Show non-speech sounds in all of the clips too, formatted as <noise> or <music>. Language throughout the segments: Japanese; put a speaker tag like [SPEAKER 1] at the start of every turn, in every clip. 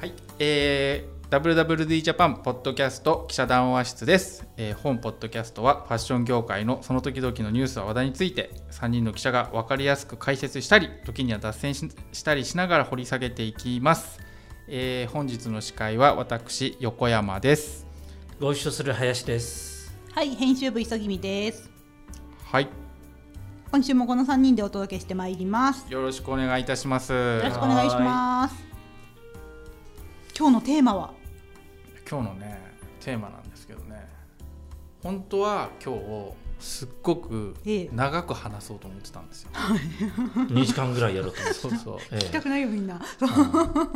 [SPEAKER 1] はい、えー、WWD ジャパンポッドキャスト記者談話室です、えー本ポッドキャストはファッション業界のその時々のニュースや話題について3人の記者が分かりやすく解説したり時には脱線ししたりしながら掘り下げていきます、えー本日の司会は私横山です
[SPEAKER 2] ご一緒する林です。
[SPEAKER 3] はい、編集部急ぎみです。
[SPEAKER 1] はい
[SPEAKER 3] 今週もこの3人でお届けしてまいります。よ
[SPEAKER 1] よろしくお願いいたします
[SPEAKER 3] ろしくお願いします。今日のテーマは、
[SPEAKER 1] 今日のねテーマなんですけどね本当は今日すっごく
[SPEAKER 3] ええ
[SPEAKER 1] 長く話そうと思ってたんです
[SPEAKER 3] <laughs>
[SPEAKER 1] よ、
[SPEAKER 2] 2時間ぐらいやろうと
[SPEAKER 1] <laughs>
[SPEAKER 2] 思って。
[SPEAKER 1] そうそう
[SPEAKER 2] え
[SPEAKER 3] 聞きたくないよみんな。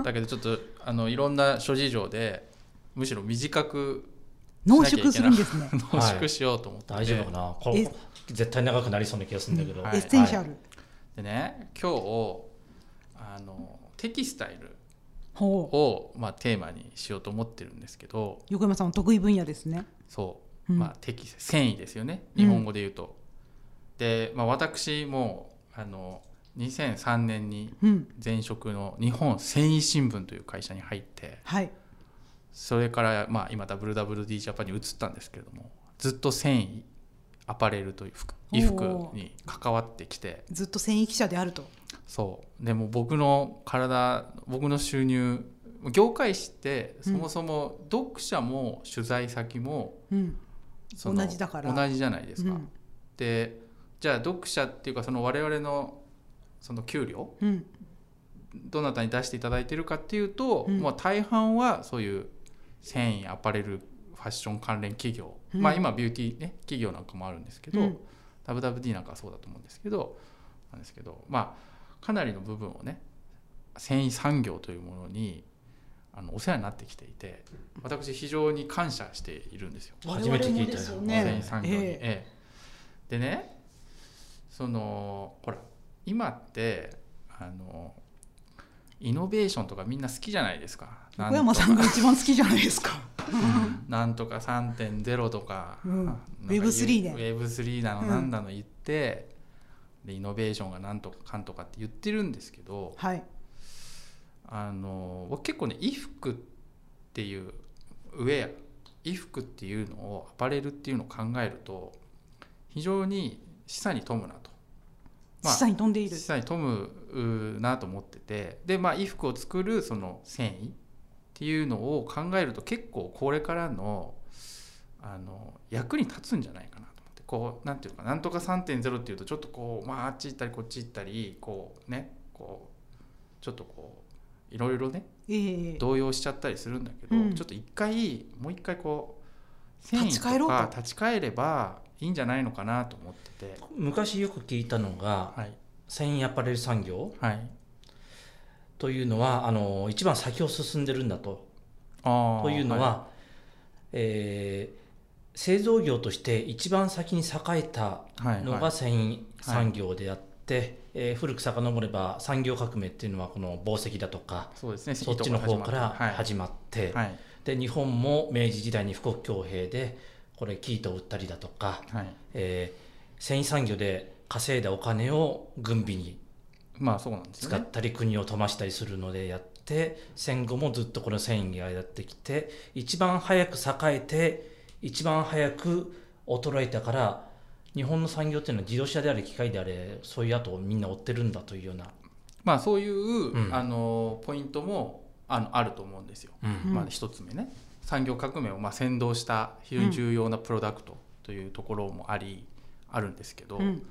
[SPEAKER 1] だけどちょっとあのいろんな諸事情でむしろ短く
[SPEAKER 3] <laughs> 濃縮するんで
[SPEAKER 1] <laughs>
[SPEAKER 3] すね。
[SPEAKER 1] 濃縮しようと思っ
[SPEAKER 2] え
[SPEAKER 1] て、
[SPEAKER 2] 大丈夫かな。これ
[SPEAKER 3] え
[SPEAKER 2] 絶対長くなりそうな気がするんだけど。
[SPEAKER 1] うん
[SPEAKER 3] エッセンシャル。
[SPEAKER 1] でね今日あのテキスタイル
[SPEAKER 3] ほう。
[SPEAKER 1] を、まあ、テーマにしようと思ってるんですけど
[SPEAKER 3] 横山さんの得意分野ですね。
[SPEAKER 1] そう、
[SPEAKER 3] うん
[SPEAKER 1] まあ、テキ繊維ですよね日本語で言うと。で、まあ、私もあの2003年に
[SPEAKER 3] うん。
[SPEAKER 1] 前職の日本繊維新聞という会社に入って
[SPEAKER 3] はい。
[SPEAKER 1] それから、まあ、今 WWD ジャパンに移ったんですけれどもずっと繊維アパレルという服衣
[SPEAKER 3] お
[SPEAKER 1] 服
[SPEAKER 3] ー
[SPEAKER 1] に関わってきて
[SPEAKER 3] ずっと繊維記者であると。
[SPEAKER 1] そうでも僕の体僕の収入業界誌ってそもそも読者も取材先も、
[SPEAKER 3] うん。
[SPEAKER 1] その
[SPEAKER 3] 同じだから
[SPEAKER 1] 同じじゃないですか。
[SPEAKER 3] うん
[SPEAKER 1] でじゃあ読者っていうかその我々のその給料
[SPEAKER 3] うん。
[SPEAKER 1] どなたに出していただいてるかっていうと、
[SPEAKER 3] うん
[SPEAKER 1] まあ、大半はそういう繊維アパレルファッション関連企業、
[SPEAKER 3] うん
[SPEAKER 1] まあ今ビューティーね企業なんかもあるんですけど、
[SPEAKER 3] うん
[SPEAKER 1] WWD なんかはそうだと思うんですけどなんですけどまあかなりの部分をね繊維産業というものにあのお世話になってきていて私非常に感謝しているんですよ。
[SPEAKER 2] 初めて聞い
[SPEAKER 3] 我々も
[SPEAKER 2] た
[SPEAKER 3] ですよね
[SPEAKER 1] 繊維
[SPEAKER 2] ね。
[SPEAKER 1] 産業に、
[SPEAKER 3] え
[SPEAKER 1] ええでねそのほら今ってあのイノベーションとかみんな好きじゃないですかなん
[SPEAKER 3] 横山さんが一番好きじゃないですか。
[SPEAKER 1] なんとか3.0とか,、
[SPEAKER 3] うん
[SPEAKER 1] なんか
[SPEAKER 3] Web3 ね
[SPEAKER 1] ウェブ3なの
[SPEAKER 3] うん
[SPEAKER 1] なんだの言って、でイノベーションがなんとかかんとかって言ってるんですけど
[SPEAKER 3] はい。
[SPEAKER 1] あの僕結構ね衣服っていうウェア衣服っていうのをアパレルっていうのを考えると非常に示唆に富むなと、まあ、
[SPEAKER 3] 示唆に飛んでいる。
[SPEAKER 1] 示唆に富むうーなと思っててで、まあ、衣服を作るその繊維っていうのを考えると結構これからのあの役に立つんじゃないかなと思ってこうなんていうのかなんとか3.0っていうとちょっとこう、まあ、あっち行ったりこっち行ったりこうねこうちょっとこういろいろね
[SPEAKER 3] ええ。
[SPEAKER 1] 動揺しちゃったりするんだけど、
[SPEAKER 3] うん
[SPEAKER 1] ちょっと一回もう一回こう繊
[SPEAKER 3] 立ち返
[SPEAKER 1] 維
[SPEAKER 3] ろ
[SPEAKER 1] と
[SPEAKER 3] うと
[SPEAKER 1] か立ち返ればいいんじゃないのかなと思ってて。
[SPEAKER 2] 昔よく聞いたのが
[SPEAKER 1] はい
[SPEAKER 2] 繊維アパレル産業
[SPEAKER 1] はい、
[SPEAKER 2] というのはあの一番先を進んでるんだと。
[SPEAKER 1] あー
[SPEAKER 2] というのは、えー製造業として一番先に栄えた
[SPEAKER 1] はい
[SPEAKER 2] のが繊維産業であって、えー古く遡れば産業革命っていうのはこの紡績だとか
[SPEAKER 1] そうですね。
[SPEAKER 2] そっちの方から
[SPEAKER 1] はい
[SPEAKER 2] 始まって、
[SPEAKER 1] はい
[SPEAKER 2] で日本も明治時代に富国強兵でこれ生糸を売ったりだとか、
[SPEAKER 1] はい。
[SPEAKER 2] えー繊維産業で稼いだお金を軍備に
[SPEAKER 1] まあそうなんですよ
[SPEAKER 2] 使
[SPEAKER 1] ね
[SPEAKER 2] っ。たり国を富ましたりするのでやって戦後もずっとこの繊維がやってきて一番早く栄えて一番早く衰えたから日本の産業っていうのは自動車であれ機械であれそういう後をみんな追ってるんだというような、
[SPEAKER 1] まあそういう、
[SPEAKER 2] うん
[SPEAKER 1] あのポイントもあのあると思うんですよ。
[SPEAKER 3] うん
[SPEAKER 1] まあ一つ目ね、産業革命をまあ先導した非常に重要なプロダクトというところもあり、あるんですけど、
[SPEAKER 3] うん。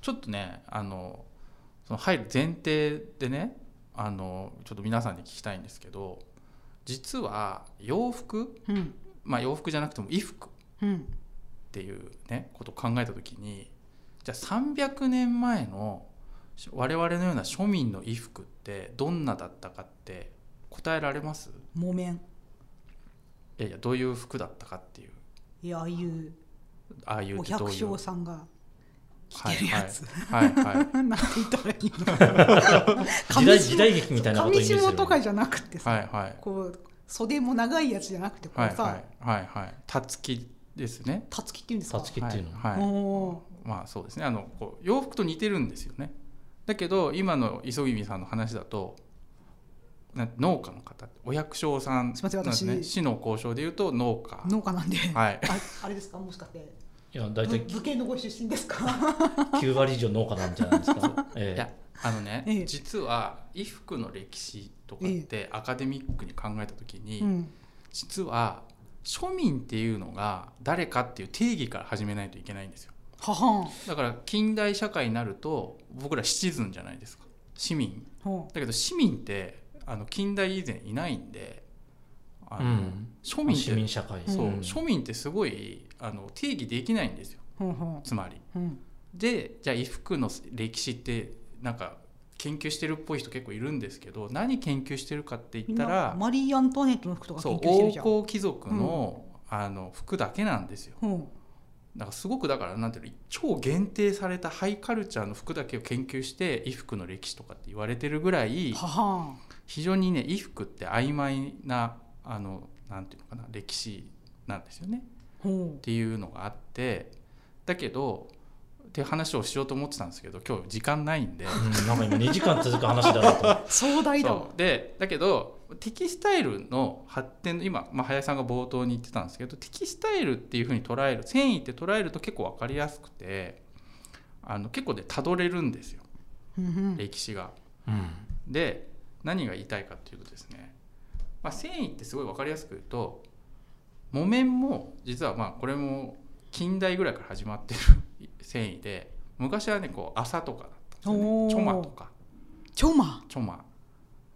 [SPEAKER 1] ちょっとねあのその入る前提でねあのちょっと皆さんに聞きたいんですけど、実は洋服
[SPEAKER 3] うん。
[SPEAKER 1] まあ洋服じゃなくても衣服
[SPEAKER 3] うん。
[SPEAKER 1] っていうねことを考えた時にじゃあ300年前の我々のような庶民の衣服ってどんなだったかって答えられます
[SPEAKER 3] 木綿。
[SPEAKER 1] いやいやどういう服だったかっていう
[SPEAKER 3] いや、ああいう
[SPEAKER 1] ああいう
[SPEAKER 3] お
[SPEAKER 1] ってど
[SPEAKER 3] 百
[SPEAKER 1] ういう
[SPEAKER 3] 姓さんが着
[SPEAKER 1] はい
[SPEAKER 3] てるやつ。
[SPEAKER 1] はいはいはい
[SPEAKER 3] なんて言ったらいいの
[SPEAKER 2] 時代時代劇みたいなことをイメージ
[SPEAKER 3] 紙
[SPEAKER 2] する
[SPEAKER 3] 紐とかじゃなくてさ、
[SPEAKER 1] はいはい
[SPEAKER 3] こう袖も長いやつじゃなくてこ
[SPEAKER 1] は
[SPEAKER 3] う
[SPEAKER 1] い
[SPEAKER 3] さ、
[SPEAKER 1] はいはいはいたつきですね
[SPEAKER 3] たつきっていうんですか
[SPEAKER 2] たつきっていうの
[SPEAKER 1] はい、はい
[SPEAKER 3] おー
[SPEAKER 1] まあそうですねあのこう洋服と似てるんですよねだけど今の磯君さんの話だとなん農家の方お役所さん
[SPEAKER 3] すいません
[SPEAKER 1] なんですね
[SPEAKER 3] 私
[SPEAKER 1] 市の交渉でいうと農家
[SPEAKER 3] 農家なんで、
[SPEAKER 1] はい
[SPEAKER 3] ああれですかもしかして
[SPEAKER 2] いや大
[SPEAKER 3] ぶ
[SPEAKER 2] 体
[SPEAKER 3] 武家のご出身ですか
[SPEAKER 2] 9割以上農家なんじゃないです
[SPEAKER 1] <laughs>
[SPEAKER 2] か、え
[SPEAKER 1] い
[SPEAKER 2] え
[SPEAKER 1] やあのね、
[SPEAKER 3] ええ
[SPEAKER 1] 実は衣服の歴史とかってアカデミックに考えた時に、
[SPEAKER 3] うん
[SPEAKER 1] 実は庶民っていうのが誰かっていう定義から始めないといけないんですよ
[SPEAKER 3] ははん
[SPEAKER 1] だから近代社会になると僕らシチズンじゃないですか市民
[SPEAKER 3] ほ
[SPEAKER 1] だけど市民ってあの近代以前いないんであ
[SPEAKER 2] う
[SPEAKER 1] の、
[SPEAKER 2] ん、
[SPEAKER 1] 庶民っ
[SPEAKER 2] 市民
[SPEAKER 1] て
[SPEAKER 2] 社会
[SPEAKER 1] そう、
[SPEAKER 2] ん
[SPEAKER 1] 庶民ってすごいあの定義できないんですよ
[SPEAKER 3] うほうほ
[SPEAKER 1] つまり
[SPEAKER 3] ううん
[SPEAKER 1] でじゃあ衣服の歴史ってなんか研究してるっぽい人結構いるんですけど何研究してるかって言
[SPEAKER 3] みん
[SPEAKER 1] った
[SPEAKER 3] な
[SPEAKER 1] ら
[SPEAKER 3] マリー・アントワネットの服とか
[SPEAKER 1] そ
[SPEAKER 3] 研
[SPEAKER 1] う
[SPEAKER 3] 究してる
[SPEAKER 1] 王
[SPEAKER 3] じゃん
[SPEAKER 1] 侯貴族の,、あの服だけなんですよ
[SPEAKER 3] うん
[SPEAKER 1] なんかすごくだからなんていうの超限定されたハイカルチャーの服だけを研究して衣服の歴史とかって言われてるぐらい
[SPEAKER 3] ははん
[SPEAKER 1] 非常にね衣服って曖昧なあのなんていうのかな歴史なんですよね。
[SPEAKER 3] ほ
[SPEAKER 1] っていうのがあってだけどって話をしようと思ってたんですけど今日時間ないんで
[SPEAKER 2] うんなんか今2時間続く話だなと
[SPEAKER 3] う壮大だわ
[SPEAKER 1] そうでだけどテキスタイルの発展の今、まあ、林さんが冒頭に言ってたんですけどテキスタイルっていうふうに捉える繊維って捉えると結構分かりやすくてあの結構ねたどれるんですよ
[SPEAKER 3] うんうん
[SPEAKER 1] 歴史が。
[SPEAKER 2] うん
[SPEAKER 1] で何が言いたいかっていうとですね、まあ、繊維ってすごい分かりやすく言うと木綿も実はまあこれも近代ぐらいから始まってる <laughs> 繊維で昔はねこう麻とかだったんですよ
[SPEAKER 3] おー
[SPEAKER 1] ねチョマとか
[SPEAKER 3] チョマ
[SPEAKER 1] チョマ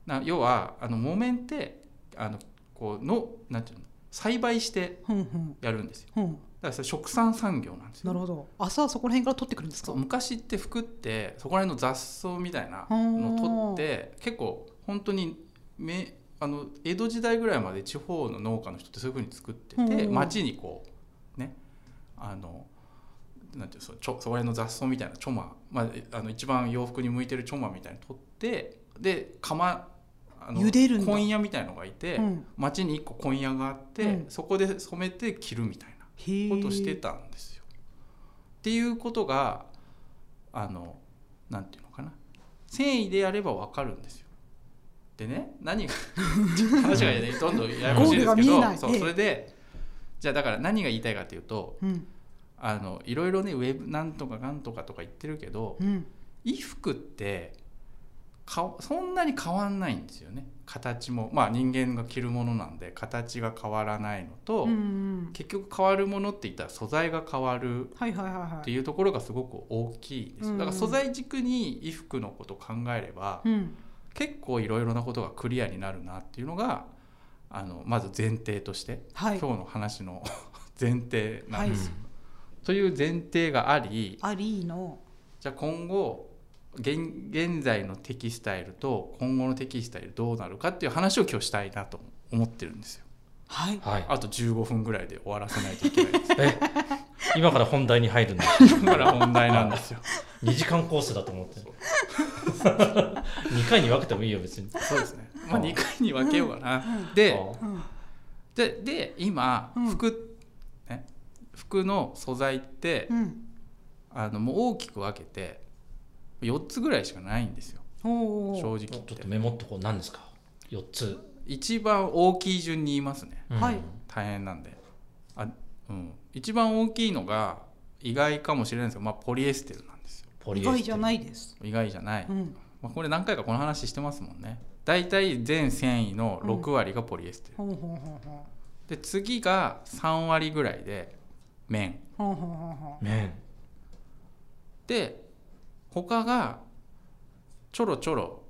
[SPEAKER 1] な要はあの木綿ってあのこうのなんていうの栽培して
[SPEAKER 3] ふんふん
[SPEAKER 1] やるんですよ
[SPEAKER 3] ふん
[SPEAKER 1] だからそれ食産産業なんですよ
[SPEAKER 3] なるほど朝はそこら辺から取ってくるんです
[SPEAKER 1] そ
[SPEAKER 3] か
[SPEAKER 1] う昔って服ってそこら辺の雑草みたいなのを取って結構本当にめあの江戸時代ぐらいまで地方の農家の人ってそういうふうに作ってて
[SPEAKER 3] うん
[SPEAKER 1] 町にこうねあのなんていうのそうちょそこら辺の雑草みたいなチョマ、まあえ、あの一番洋服に向いてるチョマみたいに取ってで釜あの
[SPEAKER 3] 茹でるんだ
[SPEAKER 1] 紺屋みたいのがいて、
[SPEAKER 3] うん
[SPEAKER 1] 町に一個紺屋があって、
[SPEAKER 3] うん
[SPEAKER 1] そこで染めて着るみたいな。
[SPEAKER 3] へえ
[SPEAKER 1] ことしてたんですよ。っていうことがあのなんていうのかな繊維でやればわかるんですよ。でね何が <laughs> 話がねどんどんややこしいです
[SPEAKER 3] ゴールが
[SPEAKER 1] け
[SPEAKER 3] 見え
[SPEAKER 1] ど
[SPEAKER 3] ない
[SPEAKER 1] そう
[SPEAKER 3] ええ
[SPEAKER 1] それでじゃあだから何が言いたいかというと
[SPEAKER 3] うん
[SPEAKER 1] あのいろいろねウェブなんとかなんとかとか言ってるけど
[SPEAKER 3] うん
[SPEAKER 1] 衣服ってかそんなに変わんないんですよね形もまあ人間が着るものなんで形が変わらないのと、
[SPEAKER 3] うんうん
[SPEAKER 1] 結局変わるものって言ったら素材が変わる
[SPEAKER 3] はいはいはいは
[SPEAKER 1] って
[SPEAKER 3] い
[SPEAKER 1] いうところがすごく大きいです、
[SPEAKER 3] うん
[SPEAKER 1] だから素材軸に衣服のことを考えれば、
[SPEAKER 3] うん
[SPEAKER 1] 結構いろいろなことがクリアになるなっていうのがあのまず前提として、
[SPEAKER 3] はい
[SPEAKER 1] 今日の話の <laughs> 前提な
[SPEAKER 3] は
[SPEAKER 1] ん
[SPEAKER 3] い
[SPEAKER 1] です、という前提があり
[SPEAKER 3] アリーの
[SPEAKER 1] じゃあ今後現現在のテキスタイルと今後のテキスタイルどうなるかっていう話を今日したいなと思ってるんですよ。
[SPEAKER 3] はい
[SPEAKER 2] はい
[SPEAKER 1] あと15分ぐらいで終わらせないといけないです。
[SPEAKER 2] え今から本題に入
[SPEAKER 1] <laughs>
[SPEAKER 2] るんだ
[SPEAKER 1] だから本題なんですよ。
[SPEAKER 2] 2時間コースだと思って2回に分けてもいいよ別に
[SPEAKER 1] そうですね。 <laughs> まあ
[SPEAKER 2] うん
[SPEAKER 1] 2回に分けようかな。
[SPEAKER 3] うん
[SPEAKER 1] で
[SPEAKER 3] うん
[SPEAKER 1] でで今
[SPEAKER 3] うん
[SPEAKER 1] 服、ね、服の素材って、
[SPEAKER 3] うん
[SPEAKER 1] あのもう大きく分けて4つぐらいしかないんですよ
[SPEAKER 3] おー
[SPEAKER 1] 正直
[SPEAKER 2] ちょ
[SPEAKER 1] 言
[SPEAKER 2] っ
[SPEAKER 1] って
[SPEAKER 2] とメモっとこう何ですか4つ、
[SPEAKER 1] 一番大きい順に言いますね
[SPEAKER 2] うん
[SPEAKER 3] はい
[SPEAKER 1] 大変なんであ、うん、一番大きいのが意外かもしれないんですけど、まあ、ポリエステルなんですよ
[SPEAKER 2] ポリ
[SPEAKER 3] 意
[SPEAKER 2] エステル
[SPEAKER 3] 外じゃないです
[SPEAKER 1] 意外じゃない、
[SPEAKER 3] うん
[SPEAKER 1] まあ、これ何回かこの話してますもんね大体全繊維の6割がポリエステル、
[SPEAKER 3] ほんほんほんほん
[SPEAKER 1] で次が3割ぐらいで綿
[SPEAKER 3] ほんほんほんほん
[SPEAKER 2] 麺
[SPEAKER 1] で他がちょろちょろ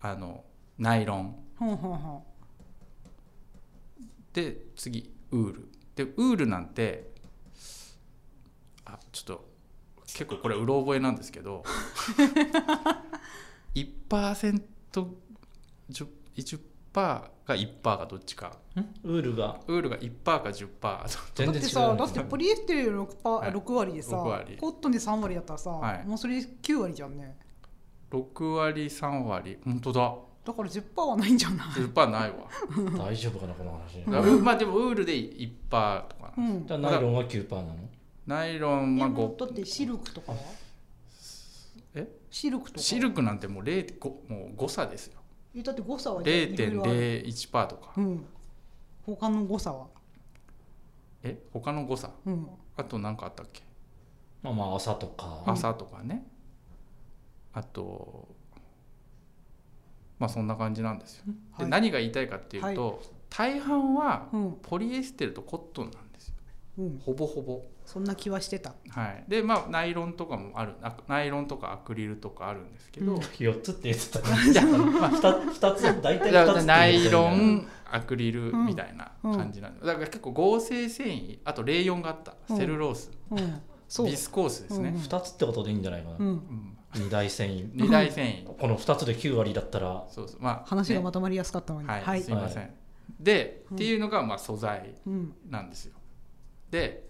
[SPEAKER 1] あのナイロン
[SPEAKER 3] ほんほんほん
[SPEAKER 1] で次ウールでウールなんてあちょっと結構これうろ覚えなんですけど 1%10% が1%がどっちか
[SPEAKER 2] ウールが
[SPEAKER 1] ウールが1%か10%あ <laughs> と
[SPEAKER 2] 全然違う
[SPEAKER 3] だってさだってポリエステル六パ
[SPEAKER 1] はい
[SPEAKER 3] 六割でさ、
[SPEAKER 1] 六割
[SPEAKER 3] コットンで三割だったらさ、
[SPEAKER 1] はい
[SPEAKER 3] もうそれ九割じゃんね。
[SPEAKER 1] 6割3割本当だ
[SPEAKER 3] だから十パーはないんじ
[SPEAKER 1] <laughs>
[SPEAKER 3] ゃない。
[SPEAKER 1] 10%ないわ
[SPEAKER 2] 大丈夫かなこの話
[SPEAKER 1] だからう <laughs> まあでもウールで1%とか
[SPEAKER 3] う
[SPEAKER 1] なんです
[SPEAKER 3] ん。
[SPEAKER 2] じゃあナイロンは9%なの
[SPEAKER 1] ナイロン
[SPEAKER 3] い
[SPEAKER 1] は
[SPEAKER 3] や
[SPEAKER 1] 5%
[SPEAKER 3] だってシルクとかは。
[SPEAKER 1] え？
[SPEAKER 3] シルクとか。
[SPEAKER 1] シルクなんてもう0.5もう誤差ですよ
[SPEAKER 3] えだって誤差はじゃあいろいろある
[SPEAKER 1] 0.01%とか
[SPEAKER 3] うん他の誤差は
[SPEAKER 1] え他の誤差
[SPEAKER 3] うん
[SPEAKER 1] あと何かあったっけ
[SPEAKER 2] まあまあ朝とか
[SPEAKER 3] うん
[SPEAKER 1] 朝とかねあとまあそんな感じなんですよ。で
[SPEAKER 3] はい
[SPEAKER 1] 何が言いたいかっていうと、大半は
[SPEAKER 3] うん
[SPEAKER 1] ポリエステルとコットンなんですよ
[SPEAKER 3] うん
[SPEAKER 1] ほぼほぼ。
[SPEAKER 3] そんな気はしてた
[SPEAKER 1] はい、でまあナイロンとかもあるあナイロンとかアクリルとかあるんですけど、
[SPEAKER 3] うん
[SPEAKER 2] 4つって言ってた
[SPEAKER 3] <laughs>
[SPEAKER 2] からまあ 2, 二つ大体
[SPEAKER 1] だか
[SPEAKER 2] 2つ
[SPEAKER 1] ら
[SPEAKER 2] って
[SPEAKER 1] ナ
[SPEAKER 2] 言って
[SPEAKER 1] イ
[SPEAKER 2] た
[SPEAKER 1] ロ
[SPEAKER 2] よね
[SPEAKER 1] ンアクリルみたいな感じなんで、だから結構合成繊維あとレイヨンがあった
[SPEAKER 3] うん
[SPEAKER 1] セルロース、
[SPEAKER 3] うんそう
[SPEAKER 1] ビスコースですね、
[SPEAKER 2] 2つってことでいいんじゃないか
[SPEAKER 3] う
[SPEAKER 2] な、
[SPEAKER 3] ん
[SPEAKER 1] うん
[SPEAKER 2] 二大繊維
[SPEAKER 1] 二大繊維
[SPEAKER 2] この2つで9割だったら
[SPEAKER 1] そうそうまあ
[SPEAKER 3] 話が
[SPEAKER 1] ね
[SPEAKER 3] まとまりやすかったのに
[SPEAKER 1] はい、
[SPEAKER 3] はい
[SPEAKER 1] すいません、で、
[SPEAKER 3] うん
[SPEAKER 1] っていうのがまあ素材
[SPEAKER 3] うん
[SPEAKER 1] なんですよで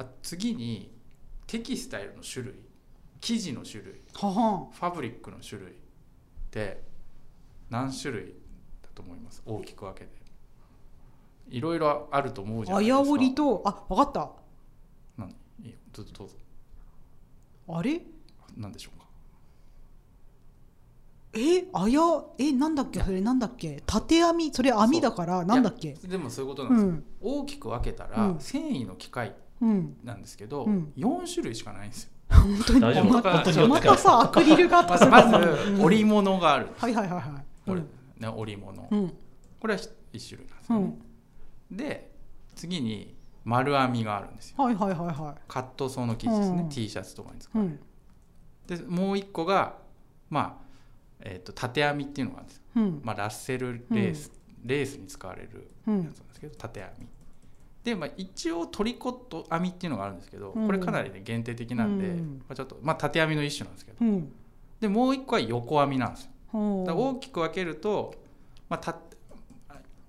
[SPEAKER 1] あ次にテキスタイルの種類生地の種類
[SPEAKER 3] はは
[SPEAKER 1] ファブリックの種類って何種類だと思います大きく分けていろいろあると思うじゃ
[SPEAKER 3] あ
[SPEAKER 1] ないです
[SPEAKER 3] や
[SPEAKER 1] か
[SPEAKER 3] おりとあわかっ
[SPEAKER 1] なんいいよどうぞどうぞ
[SPEAKER 3] たあれ
[SPEAKER 1] 何でしょうか
[SPEAKER 3] えあやえなんだっけそれなんだっけ縦網それ網だからなんだっけ
[SPEAKER 1] でもそういうことなん
[SPEAKER 3] う
[SPEAKER 1] ですよ、
[SPEAKER 3] ん
[SPEAKER 1] 大きく分けたら
[SPEAKER 3] うん
[SPEAKER 1] 繊維の機械
[SPEAKER 3] うん
[SPEAKER 1] なんですけど、
[SPEAKER 3] うん
[SPEAKER 1] 4種類しかないんですよ
[SPEAKER 3] 本当に
[SPEAKER 2] 大丈夫
[SPEAKER 3] ま
[SPEAKER 1] 本当に
[SPEAKER 3] ま
[SPEAKER 1] <laughs>
[SPEAKER 3] たさアクリルがあった
[SPEAKER 1] まずまず織物がある
[SPEAKER 3] はいはいはいはい
[SPEAKER 1] これ、
[SPEAKER 3] うん
[SPEAKER 1] ね、織物
[SPEAKER 3] うん
[SPEAKER 1] これはひ一種類なんです
[SPEAKER 3] う
[SPEAKER 1] よね、
[SPEAKER 3] ん
[SPEAKER 1] で次に丸編みがあるんですよ
[SPEAKER 3] はいはいはいは
[SPEAKER 1] カットソーの生地ですね、
[SPEAKER 3] うん
[SPEAKER 1] T シャツとかに使、
[SPEAKER 3] いううん
[SPEAKER 1] でもう一個がまあ、えー、と縦編みっていうのがあるんですよ、
[SPEAKER 3] うん
[SPEAKER 1] まあ、ラッセルレース、レースに使われる
[SPEAKER 3] う
[SPEAKER 1] や
[SPEAKER 3] ん
[SPEAKER 1] つなんですけど縦編みで、まあ、一応トリコット編みっていうのがあるんですけど
[SPEAKER 3] うん
[SPEAKER 1] これかなりね限定的なんで、
[SPEAKER 3] うん
[SPEAKER 1] まあ、ちょっと、まあ、縦編みの一種なんですけど
[SPEAKER 3] うん
[SPEAKER 1] でもう一個は横編みなんですよ
[SPEAKER 3] ほう
[SPEAKER 1] だから大きく分けると、まあ、た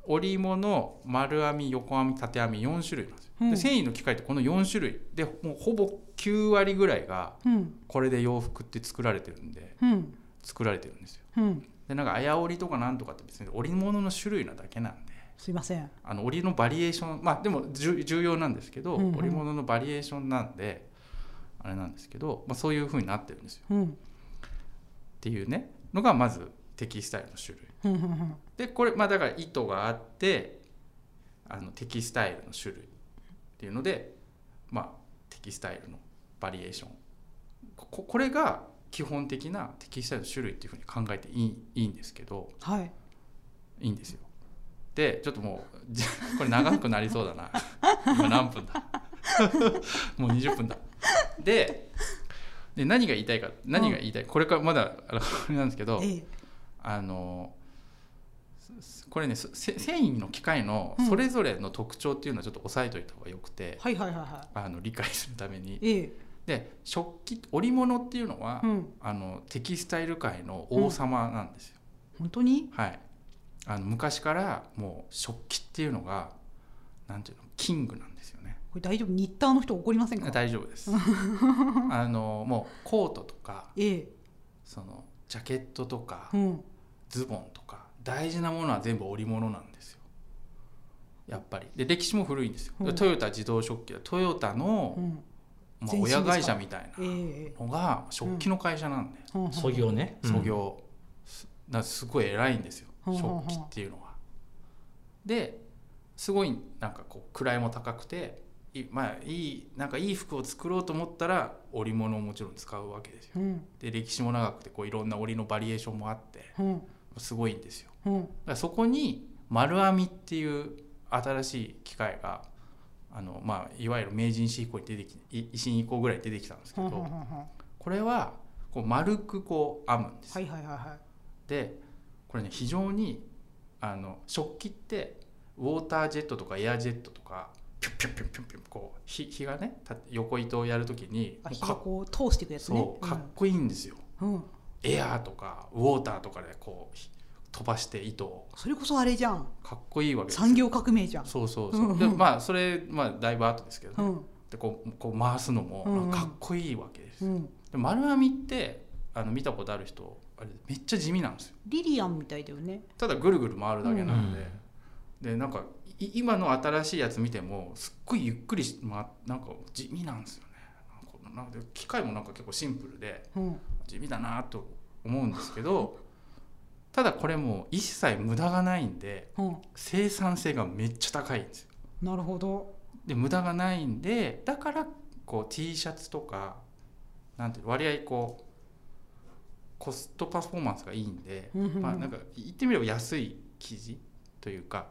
[SPEAKER 1] 織物丸編み横編み縦編み4種類なんですよ、
[SPEAKER 3] うん
[SPEAKER 1] で繊維の機械ってこの4種類でもうほぼ9割ぐらいが
[SPEAKER 3] うん
[SPEAKER 1] これで洋服って作られてるんで
[SPEAKER 3] うん
[SPEAKER 1] 作られてるんですよ
[SPEAKER 3] うん
[SPEAKER 1] でなんか綾織とかなんとかって別に織物の種類なだけなんです
[SPEAKER 3] いません
[SPEAKER 1] あの織のバリエーションまあでも重重要なんですけど、
[SPEAKER 3] うんうん
[SPEAKER 1] 織物のバリエーションなんであれなんですけど、まあ、そういうふうになってるんですよ
[SPEAKER 3] うん
[SPEAKER 1] っていうねのがまずテキスタイルの種類。
[SPEAKER 3] うんうんうん
[SPEAKER 1] でこれまあだから糸があってあのテキスタイルの種類っていうので、まあ、テキスタイルのバリエーションこここれが基本的なテキスタイルの種類っていうふうに考えていいいいんですけど
[SPEAKER 3] はい
[SPEAKER 1] いいんですよ。でちょっともうじゃ <laughs> これ長くなりそうだな今何分だ <laughs> もう20分だでで何が言いたいか何が言いたい、これからまだあのあれなんですけど
[SPEAKER 3] ええ
[SPEAKER 1] あのすこれねすせ繊維の機械の
[SPEAKER 3] うん
[SPEAKER 1] それぞれの特徴っていうのはちょっと押さえといた方がよくて、
[SPEAKER 3] はいはいはいは
[SPEAKER 1] あの理解するために
[SPEAKER 3] いええ
[SPEAKER 1] で食器織物っていうのは、
[SPEAKER 3] うん
[SPEAKER 1] あのテキスタイル界の王様なんですよ、
[SPEAKER 3] 本当に
[SPEAKER 1] はいあの昔からもう食器っていうのがなんていうのキングなんですよね
[SPEAKER 3] これ大丈夫ニッターの人怒りませんか
[SPEAKER 1] 大丈夫です
[SPEAKER 3] <laughs>
[SPEAKER 1] あのもうコートとか
[SPEAKER 3] ええ
[SPEAKER 1] そのジャケットとか、
[SPEAKER 3] うん
[SPEAKER 1] ズボンとか大事なものは全部織物なんですよやっぱりで歴史も古いんですよ、
[SPEAKER 3] うん
[SPEAKER 1] トヨタ自動食器はトヨタの
[SPEAKER 3] う、ん
[SPEAKER 1] まあ、
[SPEAKER 3] 前身ですか
[SPEAKER 1] 親会社みたい
[SPEAKER 3] ええええ
[SPEAKER 1] なのが食器の会社なんで、
[SPEAKER 3] ほんほん
[SPEAKER 2] 創業ね、うん
[SPEAKER 1] 創業すだからすごい偉いんですよ、
[SPEAKER 3] うん
[SPEAKER 1] 食器っていうのは。ですごいなんかこう位も高くてい,、まあ、いいなんかいい服を作ろうと思ったら織物をもちろん使うわけですよ。
[SPEAKER 3] うん
[SPEAKER 1] で歴史も長くてこういろんな織のバリエーションもあって
[SPEAKER 3] うん
[SPEAKER 1] すごいんですよ。
[SPEAKER 3] うん
[SPEAKER 1] だからそこに丸編みっていう新しい機械があの、まあ、いわゆる明治維新以降に出てきい維新以降ぐらいに出てきたんですけ
[SPEAKER 3] ほん
[SPEAKER 1] ど
[SPEAKER 3] ほんほんほん
[SPEAKER 1] これはこう丸くこう編むんです、
[SPEAKER 3] はいはいはいはい
[SPEAKER 1] でこれね非常にあの食器ってウォータージェットとかエアジェットとかピュンピュンピュンピュンピュンこう火火がねた横糸をやるときに
[SPEAKER 3] あ
[SPEAKER 1] もう
[SPEAKER 3] 火
[SPEAKER 1] か
[SPEAKER 3] がこう通していくやつね
[SPEAKER 1] そうかっこいいんですよ、
[SPEAKER 3] うんうん
[SPEAKER 1] エアーとかウォーターとかでこうひ飛ばして糸を
[SPEAKER 3] それこそあれじゃん
[SPEAKER 1] かっこいいわけですよ
[SPEAKER 3] 産業革命じゃん
[SPEAKER 1] そうそうそう、
[SPEAKER 3] うんうん
[SPEAKER 1] でまあそれまあだいぶ後ですけど、
[SPEAKER 3] う
[SPEAKER 1] ね
[SPEAKER 3] ん
[SPEAKER 1] でこうこう回すのも
[SPEAKER 3] うんうん
[SPEAKER 1] なんかかっこいいわけです、
[SPEAKER 3] うん
[SPEAKER 1] で丸編みってあの見たことある人あれめっちゃ地味なんですよ
[SPEAKER 3] リリアンみたいだよね
[SPEAKER 1] ただぐるぐる回るだけ
[SPEAKER 2] う
[SPEAKER 1] なん
[SPEAKER 2] ん
[SPEAKER 1] で、でなんかい今の新しいやつ見てもすっごいゆっくりし、ま、なんか地味なんですよねなんかなんか機械もなんか結構シンプルで
[SPEAKER 3] うん
[SPEAKER 1] 地味だなと思うんですけどただこれもう一切無駄がないんで
[SPEAKER 3] うん、
[SPEAKER 1] 生産性がめっちゃ高いんですよ
[SPEAKER 3] なるほど。
[SPEAKER 1] で無駄がないんでだからこう T シャツとかなんていうの割合こうコストパフォーマンスがいいんで、
[SPEAKER 3] うんうんうん
[SPEAKER 1] まあ、なんか言ってみれば安い生地というか